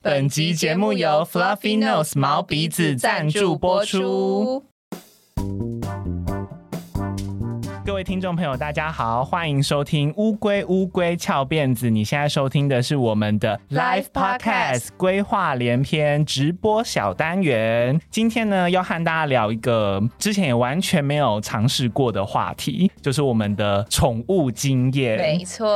本集节目由 Fluffy Nose 毛鼻子赞助播出。各位听众朋友，大家好，欢迎收听《乌龟乌龟翘辫子》。你现在收听的是我们的 Live Podcast 规划连篇直播小单元。今天呢，要和大家聊一个之前也完全没有尝试过的话题，就是我们的宠物经验。没错，，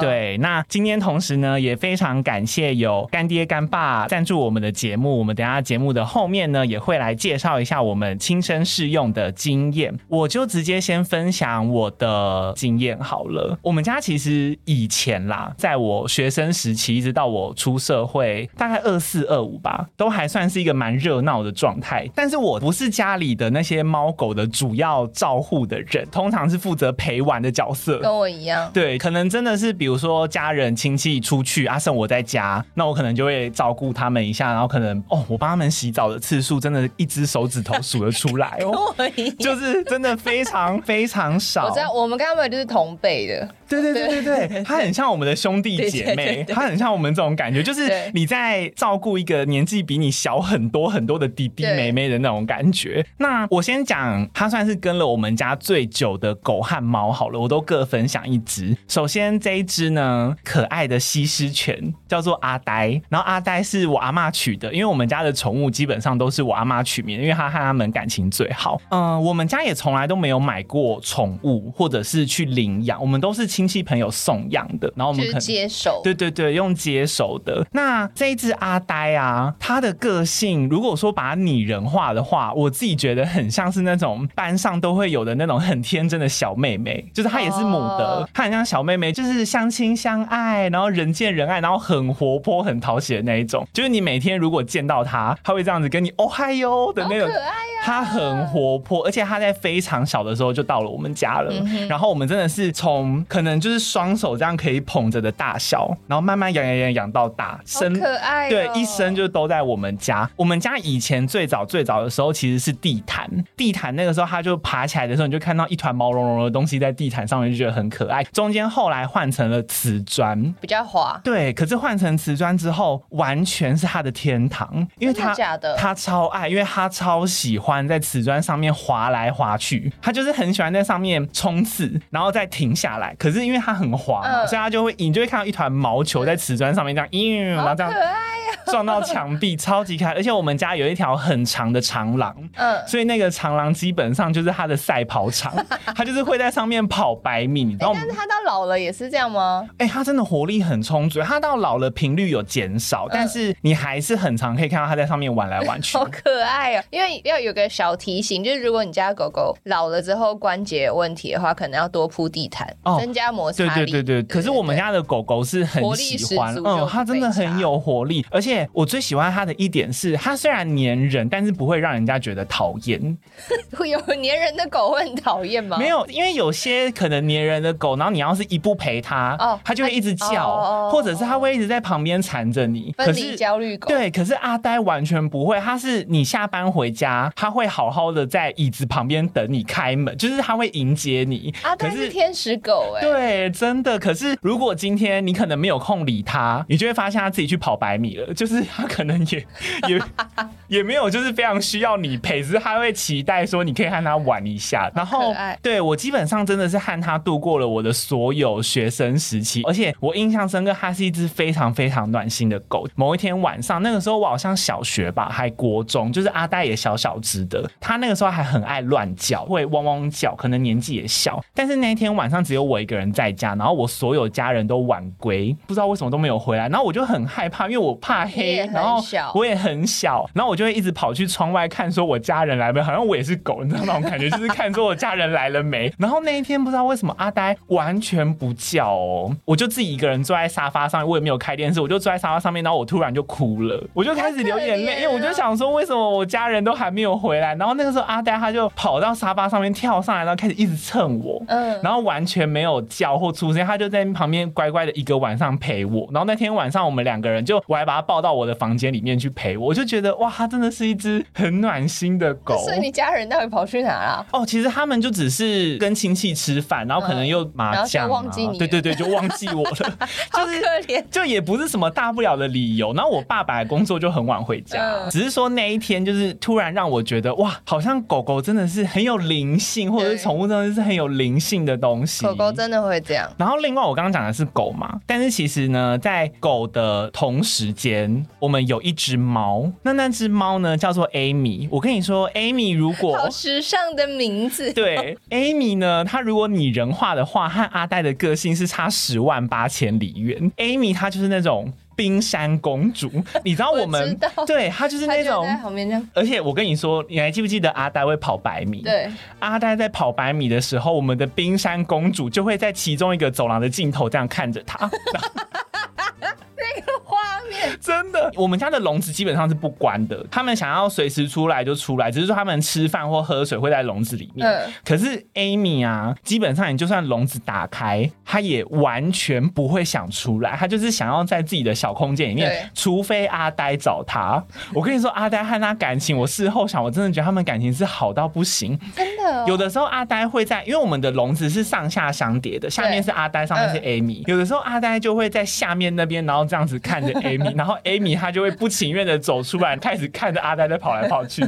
对，那今天同时呢，也非常感谢有干爹干爸赞助我们的节目。我们等一下节目的后面呢，也会来介绍一下我们亲身试用的经验。我就直接先分享我的经验好了。我们家其实以前啦，在我学生时期一直到我出社会，大概二四二五吧，都还算是一个蛮热闹的状态。但是我不是家里的那些猫狗的主要照护的人，通常是负责陪玩的角色。跟我一样。对，可能真的是比如说家人亲戚出去，阿胜我在家，那我可能就会照顾他们一下，然后可能哦，我帮他们洗澡的次数真的，一只手指头数得出来 哦。我一样，就是真的非常非常少，我知道，我们跟他们就是同辈的，对对对对对，他很像我们的兄弟姐对对妹对，对他很像我们这种感觉，就是对你在照顾一个年纪比你小很多很多的弟弟对妹妹的那种感觉。那我先讲，他算是跟了我们家最久的狗和猫好了，我都各分享一只。首先这一只呢，可爱的西施犬叫做阿呆，然后阿呆是我阿妈取的，因为我们家的宠物基本上都是我阿妈取名，因为她和他们感情最好。嗯，我们家也从来都没有买过宠物，或者是去领养，我们都是亲戚朋友送养的。然后我就们可是能接手。对对对，用接手的。那这一只阿呆啊，它的个性，如果说把它拟人化的话，我自己觉得很像是那种班上都会有的那种很天真的小妹妹，就是她也是母的哦，她很像小妹妹，就是相亲相爱，然后人见人爱，然后很活泼、很讨喜的那一种。就是你每天如果见到她，她会这样子跟你哦嗨哟的好那种可爱呀、他很活泼，而且他在非常小的时候就到了我们家了。嗯然后我们真的是从可能就是双手这样可以捧着的大小，然后慢慢养养养养到大，好生可爱、哦，对，一生就都在我们家。我们家以前最早最早的时候其实是地毯，地毯那个时候它就爬起来的时候，你就看到一团毛茸茸的东西在地毯上面，就觉得很可爱。中间后来换成了瓷砖。比较滑，对，可是换成瓷砖之后，完全是他的天堂，因为真的他假的他超爱，因为他超喜欢在瓷砖上面滑来滑去，他就是很喜欢在上面冲刺，然后再停下来。可是因为它很滑嘛，嗯所以他就会，你就会看到一团毛球在瓷砖上面这样，嗯，然后好这可样爱呀、撞到墙壁，超级可爱。而且我们家有一条很长的长廊，嗯，所以那个长廊基本上就是他的赛 跑场，他就是会在上面跑百米，然后但是他到老了也是这样吗？哎、它真的活力很充足，它到老了频率有减嗯少，但是你还是很常可以看到它在上面玩来玩 去好。可爱啊！因为要有个小提醒，就是如果你家狗狗老了之后关节有问题的话，可能要多铺地毯，哦增加摩擦对力。对对对，可是我们对家的狗狗是很活力喜十欢，足嗯就，它真的很有活力，而且我最喜欢它的一点是，它虽然粘人，但是不会让人家觉得讨厌。会有粘人的狗会很讨厌吗？没有，因为有些可能粘人的狗，然后你要是一不陪它，哦它就会一直它叫，哦哦哦或者是它会一直在旁边缠着你。可分是离焦虑狗。对，可是阿呆完全不会，他是你下班回家，他会好好的在椅子旁边等你开门，就是他会迎接你。阿呆可啊是天使狗哎、对，真的。可是如果今天你可能没有空理他，你就会发现他自己去跑百米了，就是他可能也 也也没有就是非常需要你陪，只是他会期待说你可以和他玩一下。然后爱对我基本上真的是和他度过了我的所有学生时期，而且我印象深刻，它是一只非常非常暖心的狗。某一天晚上，那个时候我好像小学吧，还国中，就是阿呆也小小只的，它那个时候还很爱乱叫，会汪汪叫，可能年纪也小。但是那一天晚上只有我一个人在家，然后我所有家人都晚归，不知道为什么都没有回来，然后我就很害怕，因为我怕你也黑，很然后小我也很小，然后我就会一直跑去窗外看，说我家人来没有，好像我也是狗，你知道那种感觉，就是看说我家人来了没。然后那一天不知道为什么阿呆完全不叫哦，我就自己一个人坐在沙发上，我也没有开电视，我就坐在沙发上面，然后我突然就哭了，我就开始好流眼可怜泪，哦因为我就想说为什么我家人都还没有回来。然后那个时候阿呆他就跑到沙发上面跳上来，然后开始一直蹭我，嗯，然后完全没有叫或出声，他就在旁边乖乖的一个晚上陪我。然后那天晚上我们两个人就，我还把他抱到我的房间里面去陪我，我就觉得哇，他它真的是一只很暖心的 狗。所以你家人到底跑去哪啦？哦，其实他们就只是跟亲戚吃饭，然后可能又麻将、然后啊，就忘记你了对对对，就忘记我 了，好 就可是。怜。就也不是什么大不了的理由，然后我爸爸工作就很晚回家，嗯只是说那一天就是突然让我觉得哇，好像狗狗真的是很有灵性，或者是对宠物真的是很有灵性的东西。狗狗真的会这样，然后另外我刚刚讲的是狗嘛，但是其实呢，在狗的同时间，我们有一只猫，那那只猫呢叫做 Amy。我跟你说，Amy 如果好时尚的名字。对 Amy 呢，她如果拟人化的话，和阿呆的个性是差十万八千里远。Amy 她就是那种冰山公主，你知道我我们知道对她就是他那就种在。旁边这样，而且我跟你说，你还记不记得阿呆会跑百米？，对， 阿呆在跑百米的时候，我们的冰山公主就会在其中一个走廊的尽头这样看着 他。啊那个画面，真的，我们家的笼子基本上是不关的，他们想要随时出来就出来，只是说他们吃饭或喝水会在笼子里面。嗯可是 Amy 啊，基本上你就算笼子打开，她也完全不会想出来，她就是想要在自己的小空间里面对，除非阿呆找她。我跟你说，阿呆和她感情，我事后想，我真的觉得他们感情是好到不行。真的、哦，有的时候阿呆会在，因为我们的笼子是上下相叠的，下面是阿呆，上面是嗯 Amy、有的时候阿呆就会在下面那边，然后这样子 看着 Amy，然后 Amy 她就会不情愿的走出来，开始看着阿呆在跑来跑 去，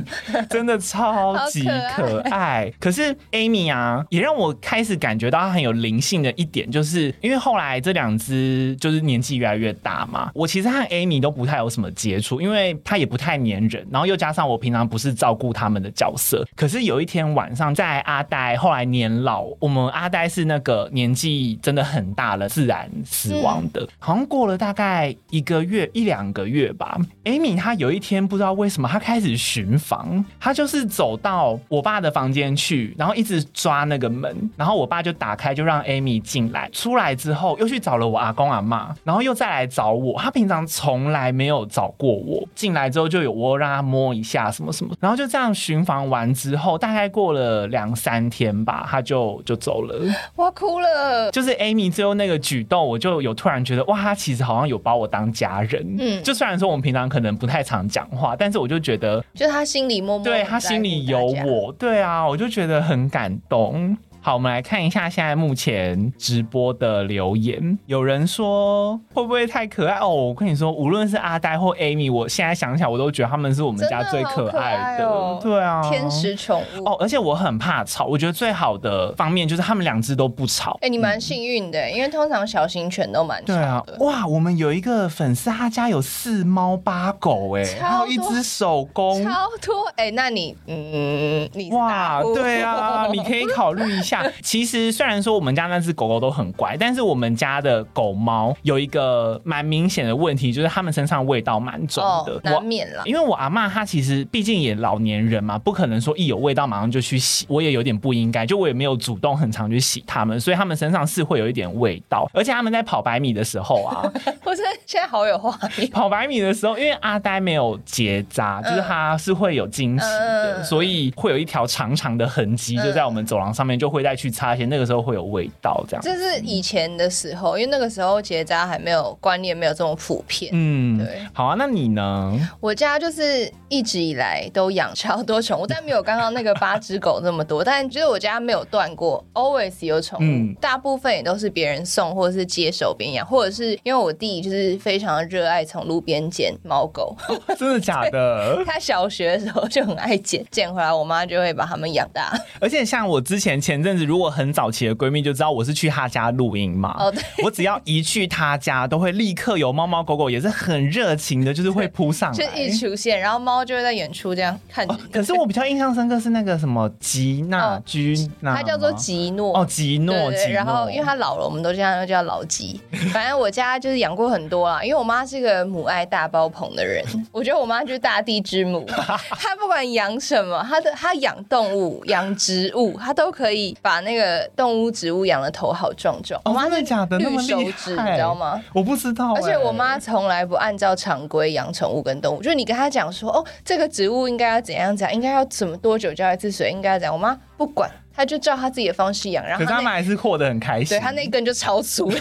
真的超级好可可爱。可是 Amy 啊，也让我开始感觉到她很有灵性的一点，就是因为后来这两只就是年纪越来越大嘛，我其实和 Amy 都不太有什么接触，因为她也不太粘人，然后又加上我平常不是照顾他们的角色。可是有一天晚上，在阿呆后来年老，我们阿呆是那个年纪真的很大了，自然死亡的，好像过了大概一个月一两个月吧。Amy 她有一天不知道为什么，她开始巡房，她就是走到我爸的房间去，然后一直抓那个门，然后我爸就打开，就让 Amy 进来。出来之后又去找了我阿公阿妈，然后又再来找我。她平常从来没有找过我，进来之后就有我让她摸一下什么什么，然后就这样巡房完之后，大概过了两三天吧，她就就走了。我要哭了，就是 Amy 最后那个举动，我就有突然觉得，哇，她其实好像有把我当家人。嗯，嗯就虽然说我们平常可能不太常讲话，但是我就觉得，就是他心里默默，对她心里有，我，对啊，我就觉得很感动。好，我们来看一下现在目前直播的留言。有人说会不会太可爱哦？我跟你说，无论是阿呆或 Amy，我现在想起来我都觉得他们是我们家最可爱的。真的好可爱哦对啊，天使宠物。哦！而且我很怕吵，我觉得最好的方面就是他们两只都不吵。哎、你蛮幸运的、因为通常小型犬都蛮嗯对啊吵的，，哇！我们有一个粉丝，他家有四猫八狗、哎，还超有多一只手工。超多。哎、那你，嗯，你是哇大，户对啊， 你可以考虑一下。其实虽然说我们家那只狗狗都很乖，但是我们家的狗猫有一个蛮明显的问题，就是它们身上味道蛮重的。哦，我难免啦。因为我阿嬷她其实毕竟也老年人嘛，不可能说一有味道马上就去洗，我也有点不应该，就我也没有主动很常去洗它们，所以它们身上是会有一点味道，而且它们在跑百米的时候啊， 我真的现在好有画面，跑百米的时候，因为阿呆没有结扎，就是它是会有惊喜嗯的，嗯嗯所以会有一条长长的痕迹，就在我们走廊上面，就会再去擦一些，那个时候会有味道这样。这是以前的时候，因为那个时候结扎还没有观念没有这么普遍。嗯对，好啊，那你呢？我家就是一直以来都养超多宠物，但没有刚刚那个八只狗那么多。但就是我家没有断过，always 有宠物，嗯大部分也都是别人送或者是接手边养，或者是因为我弟就是非常热爱从路边捡猫 狗，真的假 的？他小学的时候就很爱捡，捡回来我妈就会把它们养大。而且像我之前前阵子，如果很早期的闺蜜就知道我是去她家露营嘛，哦对我只要一去她家，都会立刻有猫猫狗狗，也是很热情的，就是会扑上 就来。一出现，然后猫就会在远处这样看着哦你。可是我比较印象深刻是那个什么吉娜哦居娜吗，它叫做吉诺哦，吉诺，对吉对，诺然后因为它老了，我们都这样叫它老鸡。反正我家就是养过很多啦，啊因为我妈是个母爱大包棚的人，我觉得我妈就是大地之 母，她不管养什么，她的她养动物、养植物，她都可以把那个动物、植物养的头好壮壮。哦我妈真的是假的绿那么手厉指，害你知道吗？我不知道欸、而且我妈从来不按照常规养宠物跟动物，就是你跟她讲说，哦，这个植物应该要怎样怎样，应该要怎么多久浇一次水，应该要怎样，我妈不管。他就照他自己的方式养，然可后是他他那们还是过得很开心。对他那根就超粗的，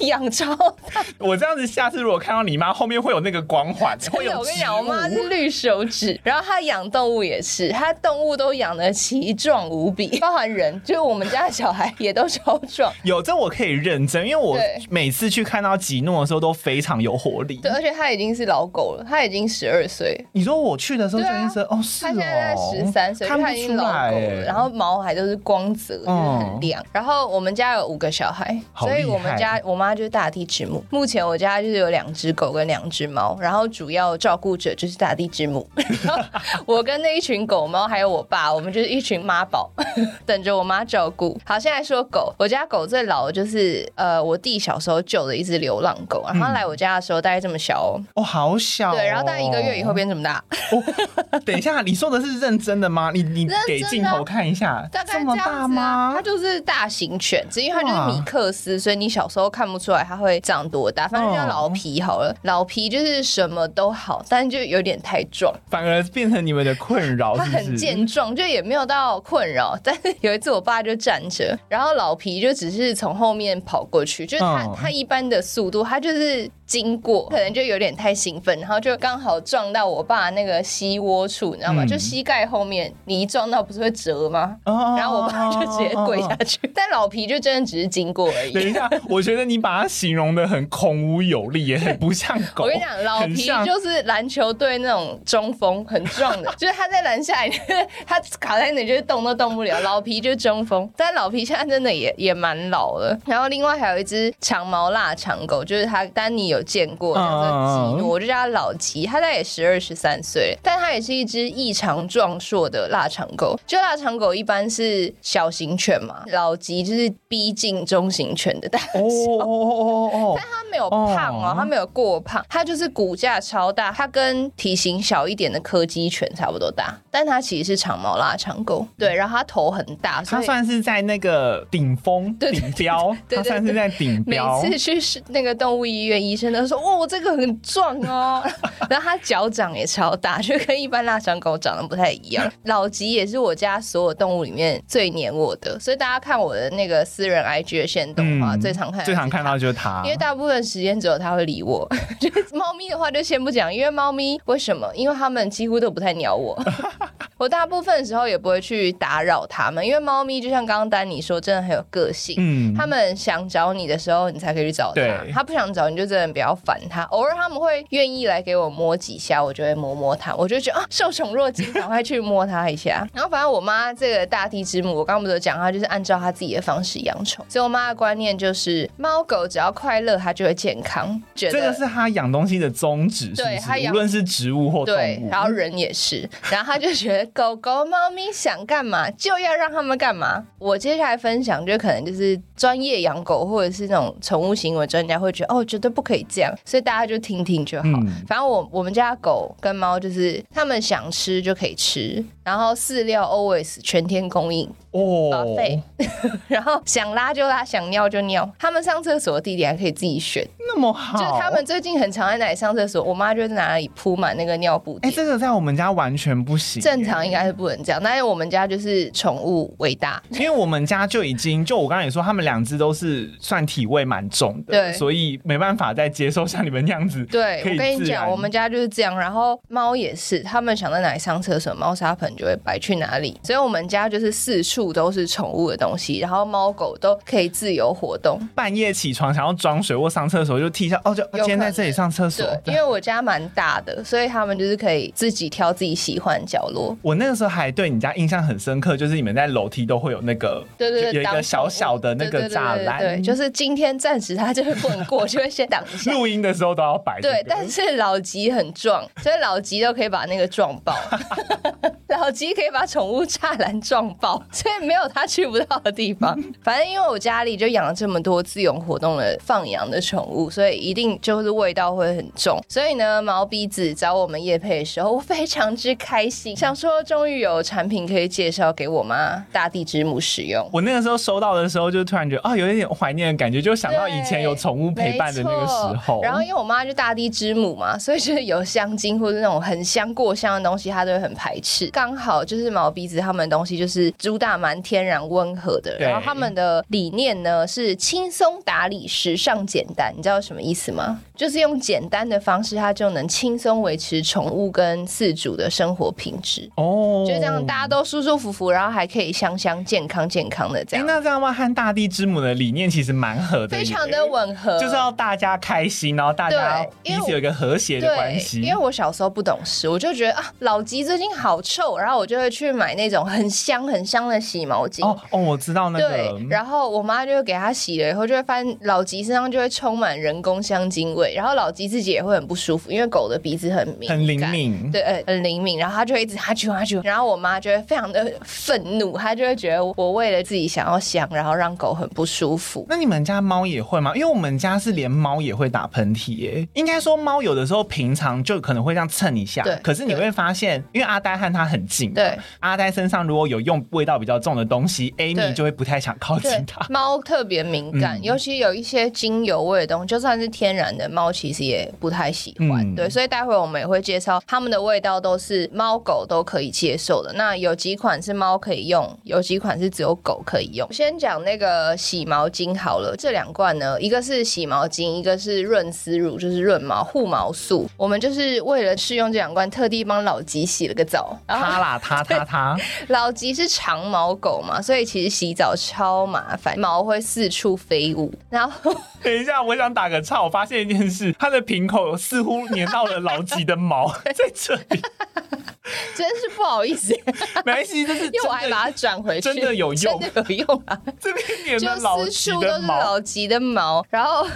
养超 我这样子，下次如果看到你妈后面会有那个光环，会有我跟你讲，我妈植是绿手指，然后她养动物也是，她动物都养得奇壮无比，包含人，就是我们家的小孩也都超壮。物有这我可以认真，因为我对每次去看到吉诺的时候都非常有活力对，。而且它已经是老狗了，它已经十二岁，你说我去的时候就对已啊经是、哦，是它哦，现在十三岁，看不它已出经老来狗欸，了，然后毛还都是光泽，就是很亮。然后我们家有五个小孩，好所以厉我们害家我妈就是大地之母。目前我家就是有两只狗跟两只猫，然后主要照顾者就是大地之母。 然后我跟那一群狗猫还有我爸，我们就是一群妈宝， 等着我妈照顾。好，现在说狗，我家狗最老的就是呃我弟小时候救的一只流浪狗，然后它来我家的时候大概这么小哦，哦，好小、哦。对，然后大概一个月以后。变这么大。等一下，你说的是认真的吗？你你真的啊给镜头看一下，大概这这么样大子啊，吗它？就是大型犬，只因为它哇就是米克斯，所以你小时候看不出来它会长多大。反正就叫哦老皮好了，老皮就是什么都好，但就有点太壮，反而变成你们的困扰，它哦是不很是？健壮，就也没有到困扰。但是有一次我爸就站着，然后老皮就只是从后面跑过去，就是它嗯它一般的速度，它就是。经过可能就有点太兴奋，然后就刚好撞到我爸那个膝窝处，你知道吗？嗯就膝盖后面，你一撞到不是会折吗？哦然后我爸就直接跪下。去。 但老皮就真的只是经过而等一已。下，我觉得你把它形容的很孔武有力，也很不像狗。我跟你讲，老很皮像就是篮球队那种中锋，很壮 的，就是他在篮下里， 他卡在那里就是动都动不了。老皮就是中锋，但老皮现在真的也也蛮老了。然后另外还有一只长毛腊肠狗，就是他丹尼有见过，嗯叫做吉诺，我就叫他老吉，他大概也十二十三岁，但他也是一只异常壮硕的腊肠狗。就腊肠狗一般是小型犬嘛，老吉就是逼近中型犬的大小。哦哦哦哦哦但它没有胖哦哦，它没有过胖，它就是骨架超大，它跟体型小一点的柯基犬差不多大，但它其实是长毛腊肠狗，对，然后它头很大，它所以。算是在那个顶峰、对对顶标，对对它算是在顶每标。次去是那个动物医院，医生都说：“哦，这个很壮哦。” 然后它脚掌也超大，就跟一般腊肠狗长得不太一 样。老吉也是我家所有动物里面最黏我的，所以大家看我的那个私人 IG 的线动画，最常看的嗯最常是看它到就是它，因为大部分时间只有它会理我。 就是猫咪的话就先不讲，因为猫咪为什么？因为它们几乎都不太鸟我。我大部分的时候也不会去打扰它们，因为猫咪就像刚刚丹尼说，真的很有个性。嗯他们想找你的时候，你才可以去找他对。他不想找你就真的不要烦他。偶尔他们会愿意来给我摸几下，我就会摸摸它，我就觉得啊受宠若惊，赶快去摸它一 下。然后反正我妈这个大地之母，我刚刚不是有讲，她就是按照她自己的方式养宠，所以我妈的观念就是猫狗只要快乐，它就会健康。觉这得个是它养东西的宗旨，是不对它是？养无论是植物或动对，物，然后人也 是，然后他就觉得狗狗、猫咪想干嘛就要让他们干嘛。我接下来分享就可能就是专业养狗或者是那种宠物行为专家会觉得哦，绝对不可以这样，所以大家就听听就好。嗯反正我我们家的狗跟猫就是它们想吃就可以吃，然后饲料 always 全天供应， 哦， buffet 然后想拉就拉，想尿就尿。它们上厕所的地点还可以自己选，那么好，就是它们最近很常在哪里上厕所，我妈就在哪里铺满那个尿布哎、垫。这个在我们家完全不行，正常应该是不能这样，但是我们家就是宠物为大，因为我们家就已经，就我刚才也说，他们两只都是算体味蛮重的，对所以没办法再接受像你们那样子。对可以我跟你自讲，然我们家就是这样。然后猫也是，它们想在哪里上厕所，猫砂盆就会摆去哪里。所以我们家就是四处都是宠物的东西，然后猫狗都可以自由活动。半夜起床想要装水或上厕所，就踢一下，哦，就哦可今天在这里上厕所对。，因为我家蛮大的，所以它们就是可以自己挑自己喜欢的角落。我那个时候还对你家印象很深刻，就是你们在楼梯都会有那个，对对有对，一当个小宠物小的那个栅栏，对对对对对，就是今天暂时它就是不能 过，就会先挡一下。录音的时候都要摆、这个。对，但是老吉很壮，所以老吉都可以把那个撞 爆。老吉可以把宠物栅栏撞爆， 所以没有他去不到的地 方。反正因为我家里就养了这么多自由活动的放养的宠物，所以一定就是味道会很重。所以呢，毛鼻子找我们叶配的时候，我非常之开心，想说终于有产品可以介绍给我妈大地之母使用。我那个时候收到的时候，就突然觉得啊，有一点怀念的感觉，就想到以前有宠物陪伴的那个时没候错。然后因为我妈就大地之母嘛，所以就是有香精或者那种很香过香的东西，她都会很排斥。刚刚好就是毛鼻子他们的东西就是主打蛮天然温和的，对然后他们的理念呢是轻松打理、时尚简单，你知道什么意思吗？就是用简单的方式，它就能轻松维持宠物跟饲主的生活品质。哦，就这样，大家都舒舒服服，然后还可以香香、健康、健康的这哎、样，那这样的话和大地之母的理念其实蛮合的耶，非常的吻合。就是要大家开心，然后大家对因彼为此有一个和谐的关对，系。因为我小时候不懂事，我就觉得啊，老吉最近好臭，然后我就会去买那种很香很香的洗毛巾。哦哦，我知道那个对，，然后我妈就会给它洗了以后，就会发现老吉身上就会充满人工香精味，然后老吉自己也会很不舒服，因为狗的鼻子很敏感很灵。敏。对，呃，很灵敏，然后它就会一直哈啾哈啾，然后我妈就会非常的愤怒，她就会觉得我为了自己想要香，然后让狗很不舒服。那你们家猫也会吗？因为我们家是连猫也会打喷嚏耶。应该说猫有的时候平常就可能会这样蹭一下对，可是你会发现，因为阿呆和它很近嘛，对阿呆身上如果有用味道比较重的东西，Amy 对就会不太想靠对近它，。猫特别敏感，嗯尤其有一些精油味的东西，就算是天然的，猫其实也不太喜欢。嗯对，所以待会我们也会介绍它们的味道都是猫狗都可以接受的。那有几款是猫可以用，有几款是只有狗可以用。先讲那个洗毛巾好了，这两罐呢，一个是洗毛巾，一个是润丝乳，就是润毛护毛素。我们就是为了试用这两罐，特地帮老吉洗了个澡， 然后它啦，它它它， 老吉是长毛狗嘛，所以其实洗澡超麻烦，毛会四处飞舞。然后 等一下，我想打个岔，我发现一件事，它的瓶口似乎粘到了老吉的 毛，在这里，真是不好意思， 因没关系，这是为我真还的把它转回去，真的有 真用的有用啊！这边粘就了老吉四处都的是毛，老吉的毛。然后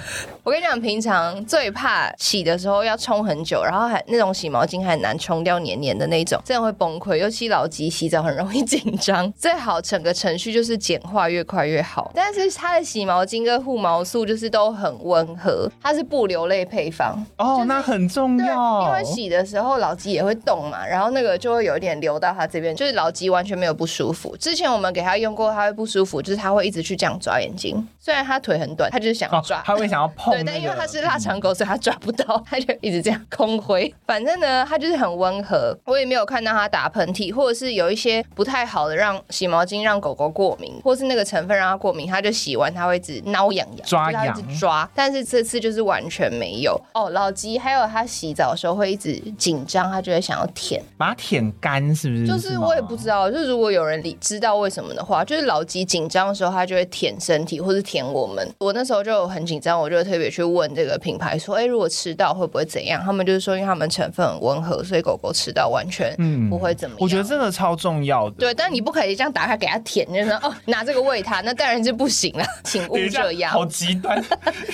我跟你讲，平常最怕洗的时候要冲很久，然后还那种洗毛巾还很难冲掉黏黏的那种，真的会崩溃。尤其老吉洗澡很容易 紧张，最好整个程序就是简化，越快越好。但是它的洗毛巾跟护毛素就是都很温和，它是不流泪配方。哦，那很重对，要，因为洗的时候老鸡也会动嘛，然后那个就会有一点流到它这边，就是老鸡完全没有不舒服。之前我们给它用过，它会不舒服，就是它会一直去这样抓眼睛，虽然它腿很短，它就是想要哦抓。它会想要碰、那对，但因为个嗯它是腊肠狗，所以它抓不到，它就一直这样空挥。反正呢，它就是很温和，我也没有看到它打喷嚏，或者是有一些不太好的让洗毛巾让狗狗过敏，或是那个成分让它过敏，它就洗完它会一直挠痒痒，抓就是它会一直抓。但是这次就是完全没有哦。老鸡还有它洗澡的时候会一直紧张，它就会想要舔。把它舔干，是不嗯是？就是我也不知知道，就是如果有人理知道为什么的话，就是老吉紧张的时候，他就会舔身体或是舔我们。我那时候就很紧张，我就特别去问这个品牌说，哎、如果吃到会不会怎样？他们就是说，因为他们成分很温和，所以狗狗吃到完全嗯不会怎么样。我觉得这个超重要的。对，但你不可以这样打开给它舔，就是哦，拿这个喂它，那当然是不行了，请勿等一下这样。好极端。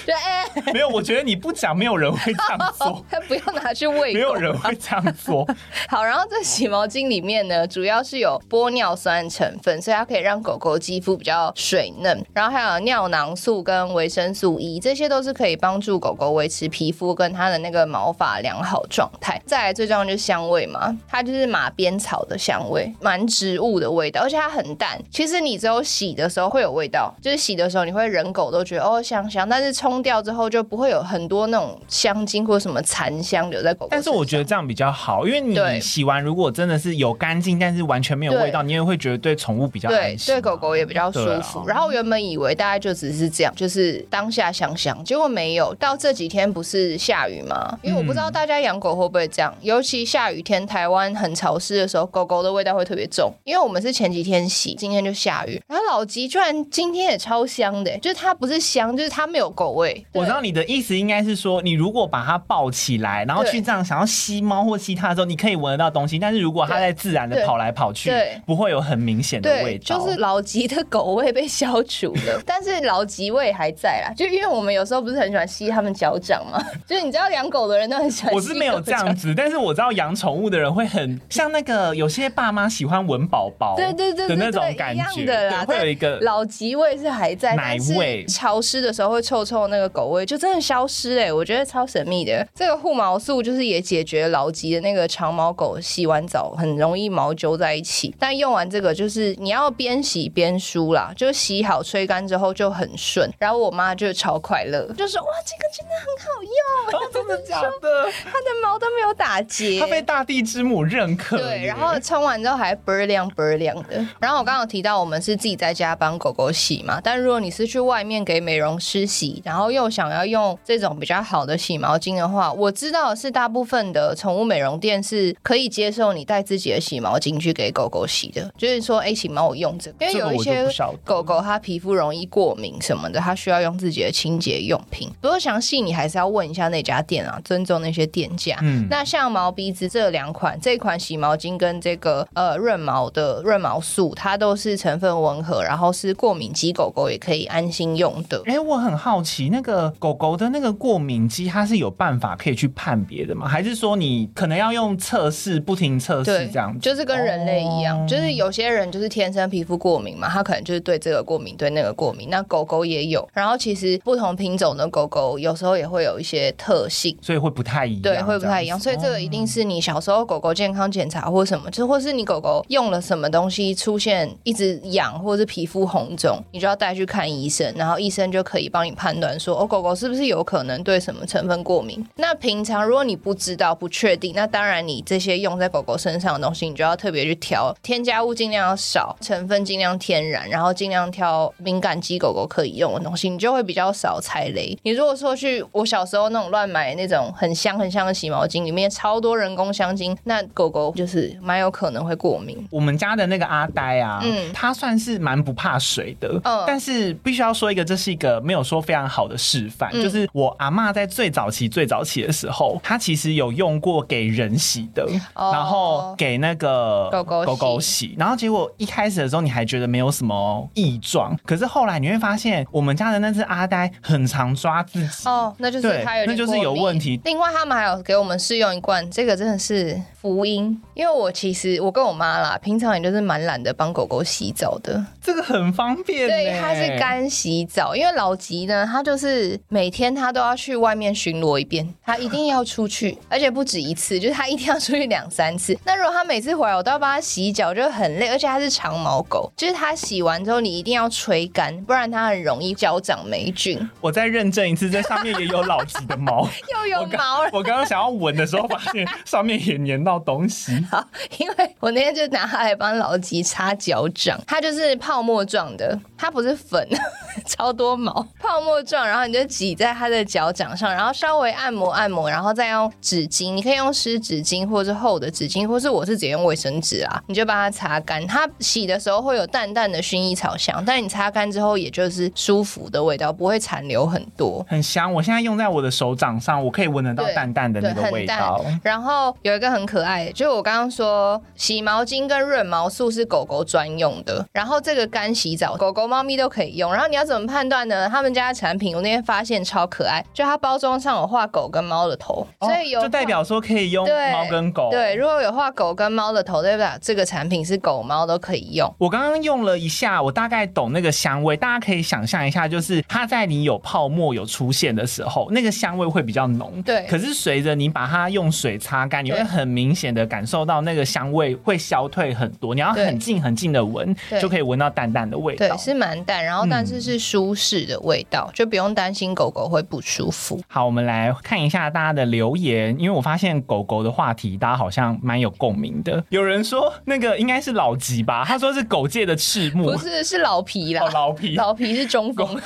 对，哎、没有，我觉得你不讲，没有人会这样 做，不要拿去喂狗。没有人会这样做。 好，然后这洗毛巾里面呢，主要是有玻尿酸成分，所以它可以让狗狗肌肤比较水嫩。然后还有尿囊素跟维生素 E，这些都是可以帮助狗狗维持皮肤跟它的那个毛发良好状态。再来最重要就是香味嘛，它就是马鞭草的香味，蛮植物的味道，而且它很淡。其实你只有洗的时候会有味道，就是洗的时候你会人狗都觉得哦香香，但是冲掉之后就不会有很多那种香精或什么残香留在狗狗身上。但是我觉得这样比较好，因为你对洗完如果真的是有干净，但是完全没有味道，你也会觉得对宠物比较对安，心。对狗狗也比较舒对啊服。然后原本以为大概就只是这样，就是当下想想，结果没有。到这几天不是下雨吗？因为我不知嗯道大家养狗会不会这样，尤其下雨天，台湾很潮湿的时候，狗狗的味道会特别重。因为我们是前几天洗，今天就下雨，然后老吉居然今天也超香的，就是它不是香，就是它没有狗味。我知对道你的意思应该是说，你如果把它抱起来，然后对去这样想要吸猫或吸它的时候，你可以闻得到东西。但是如果它对在自然的对跑来跑去对，不会有很明显的味对，道。就是老吉的狗味被消除 了，但是老吉味还在啦。就因为我们有时候不是很喜欢吸它们脚掌嘛， 就是你知道养狗的人都很喜欢吸我是没有这样子，但是我知道养宠物的人 会很像那个有些爸妈喜欢闻宝宝，对对对的对那种对感一样觉，的啦对，会有但一个老吉味是还在，奶但是味潮湿的时候会臭臭的那个狗味就真的消欸失哎、我觉得超神秘的。这个护毛素就是也解决老吉的那个长毛狗洗完完澡很容易毛揪在一起，但用完这个就是你要边洗边梳啦，就洗好吹干之后就很顺。然后我妈就超快乐，就说哇，这个真的很好用，哦，真的假的？它的毛都没有打结他。被大地之母认可耶。对，然后冲完之后还倍儿亮倍儿亮的。然后我刚刚有提到我们是自己在家帮狗狗洗嘛，但如果你是去外面给美容师洗，然后又想要用这种比较好的洗毛巾的话，我知道的是大部分的宠物美容店是可以接受你带自己的洗毛巾去给狗狗洗的，就是说，哎，请帮我用这个，因为这个有一我就些不晓得狗狗它皮肤容易过敏什么的，它需要用自己的清洁用品。不过详细你还是要问一下那家店啊，尊重那些店家。嗯那像毛鼻子这两款，这款洗毛巾跟这个呃润毛的润毛素，它都是成分温和，然后是过敏肌狗狗也可以安心用的。哎、我很好奇，那个狗狗的那个过敏肌，它是有办法可以去判别的吗？还是说你可能要用测试，不停测试对这样子？，就是跟人类一样，哦就是有些人就是天生皮肤过敏嘛，他可能就是对这个过敏，对那个过敏。那狗狗也有，然后其实不同品种的狗狗有时候也会有一些特性。所以会不太一样，哦对，会不太一样，所以这个一定是你小时候狗狗健康检查或什么，就或是你狗狗用了什么东西出现一直痒或是皮肤红肿，你就要带去看医生，然后医生就可以帮你判断说，哦，狗狗是不是有可能对什么成分过敏。那平常如果你不知道、不确定，那当然你这些用在狗狗身上的东西，你就要特别去挑，添加物尽量要少，成分尽量天然，然后尽量挑敏感肌狗狗可以用的东西，你就会比较少踩雷。你如果说去我小时候那种乱买那种很香很香的洗毛巾，里面超多人工香精，那狗狗就是蛮有可能会过敏。我们家的那个阿呆啊，嗯他算是蛮不怕水的，嗯但是必须要说一个，这是一个没有说非常好的示范，嗯就是我阿嬷在最早期最早期的时候，她其实有用过给人洗的，哦然后给那个狗狗洗狗狗洗，然后结果一开始的时候你还觉得没有什么异状，可是后来你会发现，我们家的那只阿呆很常抓自己，哦，那就是对它有点那就是有过敏问题另外，他们还有给我们试用一罐，这个真的是福音，因为我其实我跟我妈啦，平常也就是蛮懒得帮狗狗洗澡的，这个很方便、欸对，它是。干洗澡，因为老吉呢，他就是每天他都要去外面巡逻一遍，他一定要出去，而且不止一次，就是他一定要出去两三次。那如果他每次回来，我都要帮他洗脚，就很累，而且它是长毛狗，就是它洗完之后你一定要吹干，不然它很容易脚长霉菌，我再认证一次，这上面也有老吉的毛。 又有我刚毛了。我刚刚想要闻的时候，发现 上面也粘到东西。好， 因为我那天就拿它来帮老吉擦脚掌，它就是泡沫状的，它不是粉， 超多毛，泡沫状，然后你就挤在它的脚掌上，然后稍微按摩按摩，然后再用纸巾，你可以用湿纸巾或是厚的纸巾，或是我是直接用卫生纸啊，你就把它擦干。它洗的时候会有淡淡的薰衣草香，但你擦干之后，也就是舒服的味道，不会残留很多。很香，我现在用在我的手掌上，我可以闻得到对淡淡的对，那个味道很。淡。然后有一个很可爱的，就是我刚刚说洗毛巾跟润毛素是狗狗专用的，然后这个干洗澡狗狗、猫咪都可以用。然后你要怎么判断呢？他们家的产品我那天发现超可爱，就它包装上有画狗跟猫的头，哦所以有就代画表说可以用对猫跟狗。对，如果有画狗跟猫的头，代表这个产品是狗猫都可以用。我刚刚用了一下，我大概懂那个香味。大家可以想象一下，就是它在你有泡沫有出现的时候，那个香味会比较浓。对可是随着你把它用水擦干，你对会很明显的感受到那个香味会消退很多。你要对很近很近的闻，对就可以嗯闻到淡淡的味对道，。是蛮淡，然后但是是舒适的味道，就不用担心狗狗会不舒服。好，我们来看一下大家的留言，因为我发现狗狗的话题，大家好像蛮有共鸣的。有人说那个应该是老吉吧，他说是狗界的赤木，不是，是老皮啦。哦老皮。老皮是中风，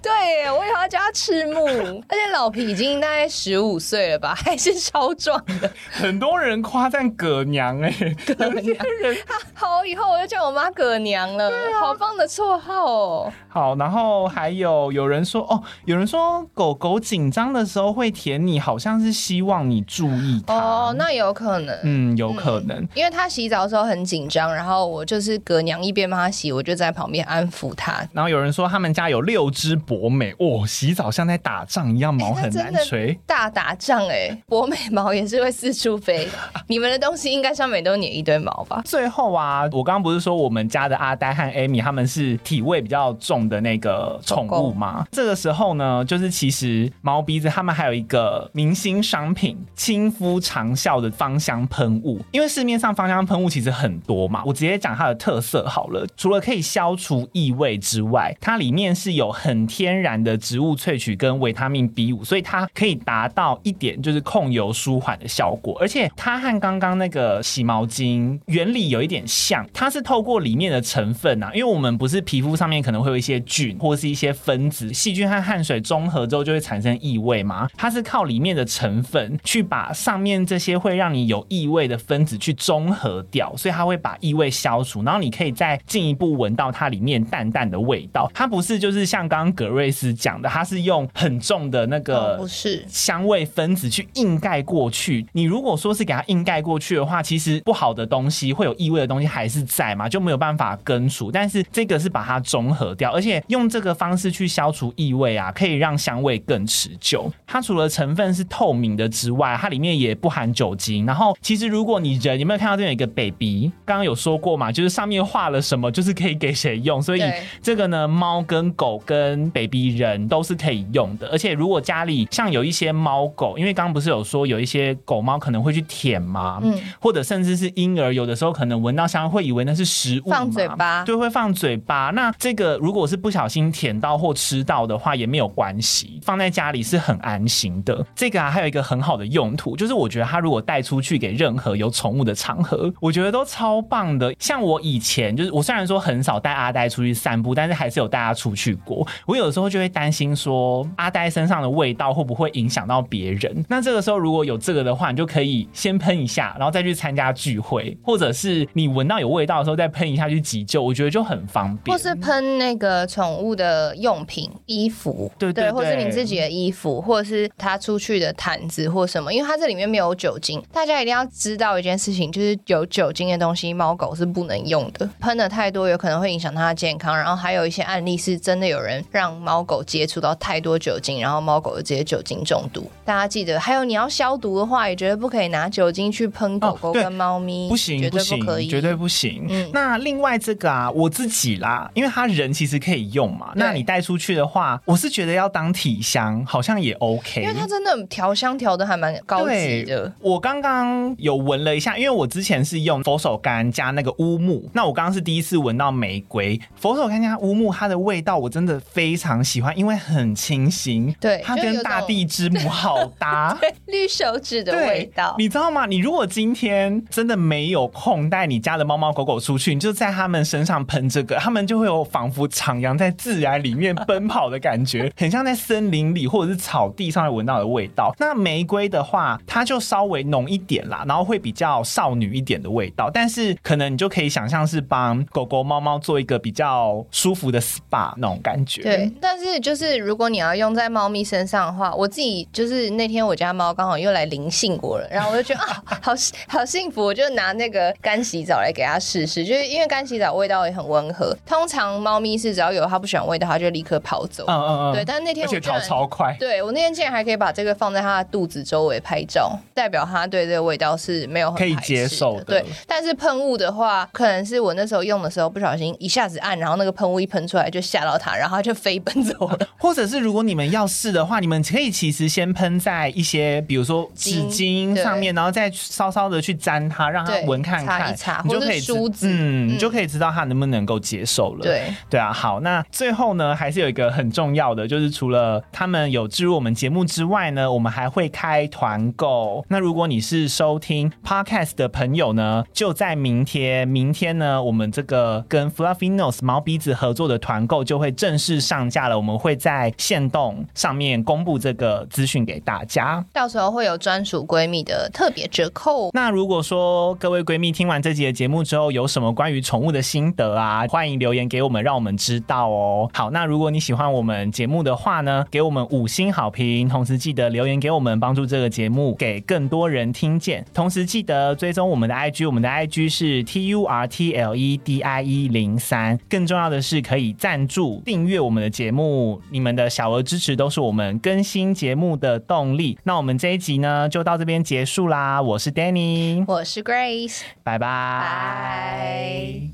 对耶，我以后要叫他赤木，而且老皮已经大概十五岁了吧，还是超壮 的。很多人夸赞葛娘哎、有些人好，以后我就叫我妈葛娘了，好棒的绰号哦。好，然后还有有人说哦，有人说狗狗紧张的时候会舔你，好像是希望你注意它。哦，那有可能。嗯，有可能。因为他洗澡的时候很紧张，然后我就是葛娘一边帮他洗，我就在旁边安抚他。然后有人说他们家有六只博美哦，洗澡像在打仗一样，哎毛很难垂。大打仗哎、博美毛也是会四处飞。你们的东西应该上面都粘一堆毛吧？最后啊，我刚刚不是说我们家的阿呆和艾米他们是体味比较重的那个宠物嘛？这个时候呢，就是其实毛鼻子他们还有一个明星商品——亲肤长效的芳香喷雾。因为市面上芳香喷雾其实很多嘛，我直接讲它的特色好了。除了可以消除异味之外，它里面是有很天然的植物萃取跟维他命 B 五，所以它可以达到一点就是控油舒缓的效果。而且它和刚刚那个洗毛巾原理有一点像，它是透过里面的成分啊，因为我们不是皮肤上面可能会有一些菌或是一些分子，细菌和汗水中和之后就会产生异味嘛，它是靠里面的成分去把上面这些会让你有异味的分子去中和掉，所以它会把异味消除，然后你可以再进一步闻到它里面淡淡的味道。它不是就是像刚刚葛瑞斯讲的，它是用很重的那个、哦不是香味分子去硬盖过去。你如果说是给它硬盖过去的话，其实不好的东西会有异味的东西还是在嘛，就没有办法根除。但是这个是把它中和掉，而且用这个方式去消除异味啊，可以让香味更持久。它除了成分是透明的之外，它里面也不含酒精。然后其实如果你人有没有看到这边有一个 baby，刚刚有说过嘛，就是上面画了什么，就是可以给谁用，所以对这个呢，猫跟狗跟 baby 人都是可以用的，而且如果家里像有一些猫狗，因为刚刚不是有说有一些狗猫可能会去舔嘛，嗯或者甚至是婴儿，有的时候可能闻到香会以为那是食物嘛，放嘴巴对，会放嘴巴。那这个如果是不小心舔到或吃到的话，也没有关系，放在家里是很安心的。这个啊，还有一个很好的用途，就是我觉得它如果带出去给任何有宠物的场合，我觉得都超棒的。像我以前就是，我虽然说很少带阿呆出去散步，但是还是有带它出去过。我有的时候就会担心说，阿呆身上的味道会不会影响到别人？那这个时候如果有这个的话，你就可以先喷一下，然后再去参加聚会，或者是你闻到有味道的时候再喷一下去急救，我觉得就很方便或。是喷那个宠物的用品、衣服，对对对或是你自己的衣服，或者是它出去的毯子或什么，因为它这里面没有酒精。大家一定要知道一件事情，就是有酒精的东西，猫狗是不能用的，喷的太多有可能会影响它的健康。然后还有一些案例是真的有人让猫狗接触到太多酒精，然后猫狗就直接酒精中毒。大家记得，还有你要消毒的话，也绝对不可以拿酒精去喷狗狗哦对跟猫咪，不行，绝不对行，可以，绝对不行。嗯那另外这个啊，我自己啦，因为他人其实可以用嘛，那对你带出去的话，我是觉得要当体香，好像也 OK。因为它真的调香调的还蛮高级哎对，的。我刚刚有闻了一下，因为我之前是用佛手柑加那个乌木，那我刚刚是第一次闻到玫瑰。佛手柑加乌木，它的味道我真的非常喜欢，因为很清新。对它就有跟种大地之母好搭。 绿手指的对味道。你知道吗？你如果今天真的没有空带你家的猫猫狗狗出去，你就在它们身上喷这个，它们就会有仿佛徜徉在自然里面奔跑的感觉， 很像在森林里或者是草地上面闻到的味道。那玫瑰的话，它就稍微浓一点啦，然后会比较少女一点的味道，但是可能你就可以想象是帮狗狗、猫猫做一个比较舒服的 SPA 那种感觉。对，但是就是如果你要用在猫咪身上的话，我自己就是那天我家猫刚好又来灵性过了，然后我就觉得 啊，好好幸福，我就拿那个干洗澡来给它试试，就是因为干洗澡味道也很温和，通常猫咪是只要有它不喜欢的味道，它就立刻跑走。嗯嗯嗯，对，，但是那天而我且居逃然超快。对我那天竟然还可以把这个放在它的肚子周围拍照，代表它对这个味道是没有很可以排斥接受的的。对，但是喷雾的话，可能是我那时候用的时候不小心一下子按，然后那个喷雾一喷出来就吓到它，然后它就飞奔走 了。或者是如果你们要试的话，你们可以其实先喷在一些，比如说纸巾巾对上面，然后再稍稍的去沾它，让它对闻看看，擦一擦你就或者可以梳知子嗯嗯，你就可以知道它能不能够接受了。。对，对啊，好，那最后呢，还是有一个很重要的，就是除了他们有置入我们节目之外呢，我们还会开团购。那如果你是收听 podcast 的朋友呢，就在明天，明天呢，我们这个跟 Fluffinos 毛鼻子合作的团购就会正式上架了，我们会在线动上面公布这个资讯给大家。到时候会有专属闺蜜的特别折扣。那如果说各位闺蜜听完这集的节目之后，有什么关于宠物的心得啊，欢迎留言给我们，让我们知道哦。好，那如果你喜欢我们节目的话呢，给我们五星好评，同时记得留言给我们，帮助这个节目给更多人听见。同时记得追踪我们的 IG，我们的 IG 是 T U R T L E D I E 零三。更重要的是，可以赞助订阅我们的节。节目，你们的小额支持都是我们更新节目的动力。那我们这一集呢，就到这边结束啦。我是 Danny，我是 Grace，拜拜。拜。